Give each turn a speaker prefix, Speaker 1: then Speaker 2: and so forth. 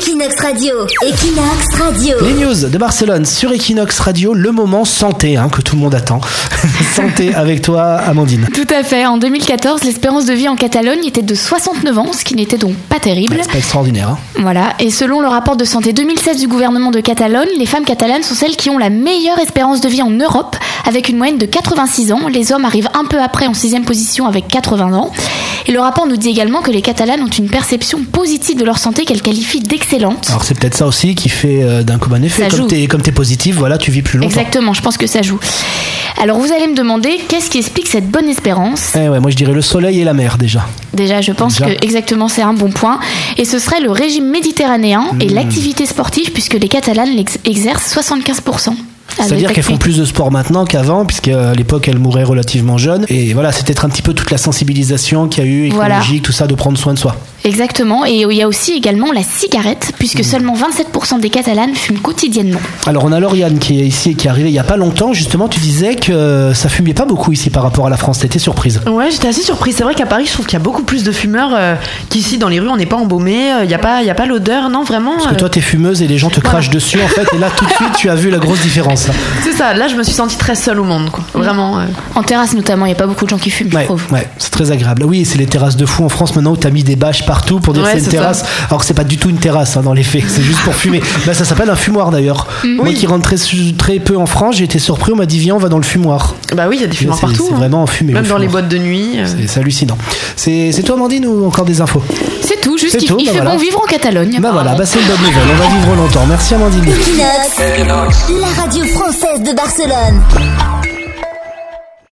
Speaker 1: Equinox Radio, Equinox Radio,
Speaker 2: Les news de Barcelone sur Equinox Radio, le moment santé hein, que tout le monde attend. santé avec toi, Amandine.
Speaker 3: Tout à fait. En 2014, l'espérance de vie en Catalogne était de 69 ans, ce qui n'était donc pas terrible.
Speaker 2: Ouais, C'est pas extraordinaire. hein.
Speaker 3: Voilà. Et selon le rapport de santé 2016 du gouvernement de Catalogne, les femmes catalanes sont celles qui ont la meilleure espérance de vie en Europe, avec une moyenne de 86 ans. Les hommes arrivent un peu après en sixième position avec 80 ans. Et le rapport nous dit également que les Catalanes ont une perception positive de leur santé qu'elles qualifient d'excellente.
Speaker 2: Alors c'est peut-être ça aussi qui fait euh, d'un commun effet.
Speaker 3: Ça
Speaker 2: Comme
Speaker 3: joue.
Speaker 2: t'es, comme t'es positif, voilà, tu vis plus longtemps.
Speaker 3: Exactement, je pense que ça joue. Alors vous allez me demander qu'est-ce qui explique cette bonne espérance
Speaker 2: Eh ouais, moi je dirais le soleil et la mer déjà.
Speaker 3: Déjà, je pense
Speaker 2: Déjà.
Speaker 3: que exactement c'est un bon point. Et ce serait le régime méditerranéen et
Speaker 2: Hmm.
Speaker 3: l'activité sportive, puisque les Catalanes l'ex- exercent 75%.
Speaker 2: C'est-à-dire qu'elles font plus de sport maintenant qu'avant, puisque euh, à l'époque elles mouraient relativement jeunes. Et voilà, c'est peut-être un petit peu toute la sensibilisation qu'il y a eu, écologique,
Speaker 3: Voilà.
Speaker 2: tout ça, de prendre soin de soi.
Speaker 3: Exactement. Et il y a aussi également la cigarette, puisque
Speaker 2: Hmm.
Speaker 3: seulement 27% des Catalanes fument quotidiennement.
Speaker 2: Alors on a Lauriane qui est ici et qui est arrivée il y a pas longtemps. Justement, tu disais que euh, ça fumait pas beaucoup ici par rapport à la France. T'étais surprise.
Speaker 4: Ouais, j'étais assez surprise. C'est vrai qu'à Paris, je trouve qu'il y a beaucoup plus de fumeurs euh, qu'ici dans les rues. On n'est pas embaumé, euh, il n'y a pas, il y a pas l'odeur, non vraiment.
Speaker 2: Parce que
Speaker 4: euh,
Speaker 2: toi, t'es fumeuse et les gens te crachent dessus, en fait. Et là, tout de suite, tu as vu la grosse différence. là.
Speaker 4: euh, c'est ça. Là, je me suis sentie très seule au monde, quoi. Vraiment. euh.
Speaker 3: En terrasse notamment, il n'y a pas beaucoup de gens qui fument, je
Speaker 2: Ouais,
Speaker 3: trouve.
Speaker 2: ouais, c'est très agréable. Oui, c'est les terrasses de fou en France maintenant où t'as mis des bâches partout pour dire
Speaker 4: Ouais,
Speaker 2: que c'est une
Speaker 4: c'est
Speaker 2: terrasse, alors que c'est pas du tout une terrasse hein, dans les faits, c'est juste pour fumer. Là, ça s'appelle un fumoir d'ailleurs. Moi qui rentre très, très peu en France, j'ai été surpris, on m'a dit viens, on va dans le fumoir.
Speaker 4: Bah oui, il y a des
Speaker 2: C'est
Speaker 4: fumeurs partout.
Speaker 2: c'est
Speaker 4: hein.
Speaker 2: vraiment fumé.
Speaker 4: Même
Speaker 2: le
Speaker 4: dans les
Speaker 2: fumoir.
Speaker 4: boîtes de nuit. euh.
Speaker 2: C'est c'est hallucinant. C'est c'est toi, Amandine, ou encore des infos
Speaker 3: C'est tout, juste
Speaker 2: C'est
Speaker 3: qu'il
Speaker 2: tout,
Speaker 3: il
Speaker 2: bah
Speaker 3: fait
Speaker 2: voilà.
Speaker 3: bon vivre en Catalogne.
Speaker 2: Bah voilà,
Speaker 3: apparemment.
Speaker 2: bah c'est une bonne nouvelle, on va vivre longtemps. Merci, Amandine.
Speaker 1: Equinox, la radio française de Barcelone.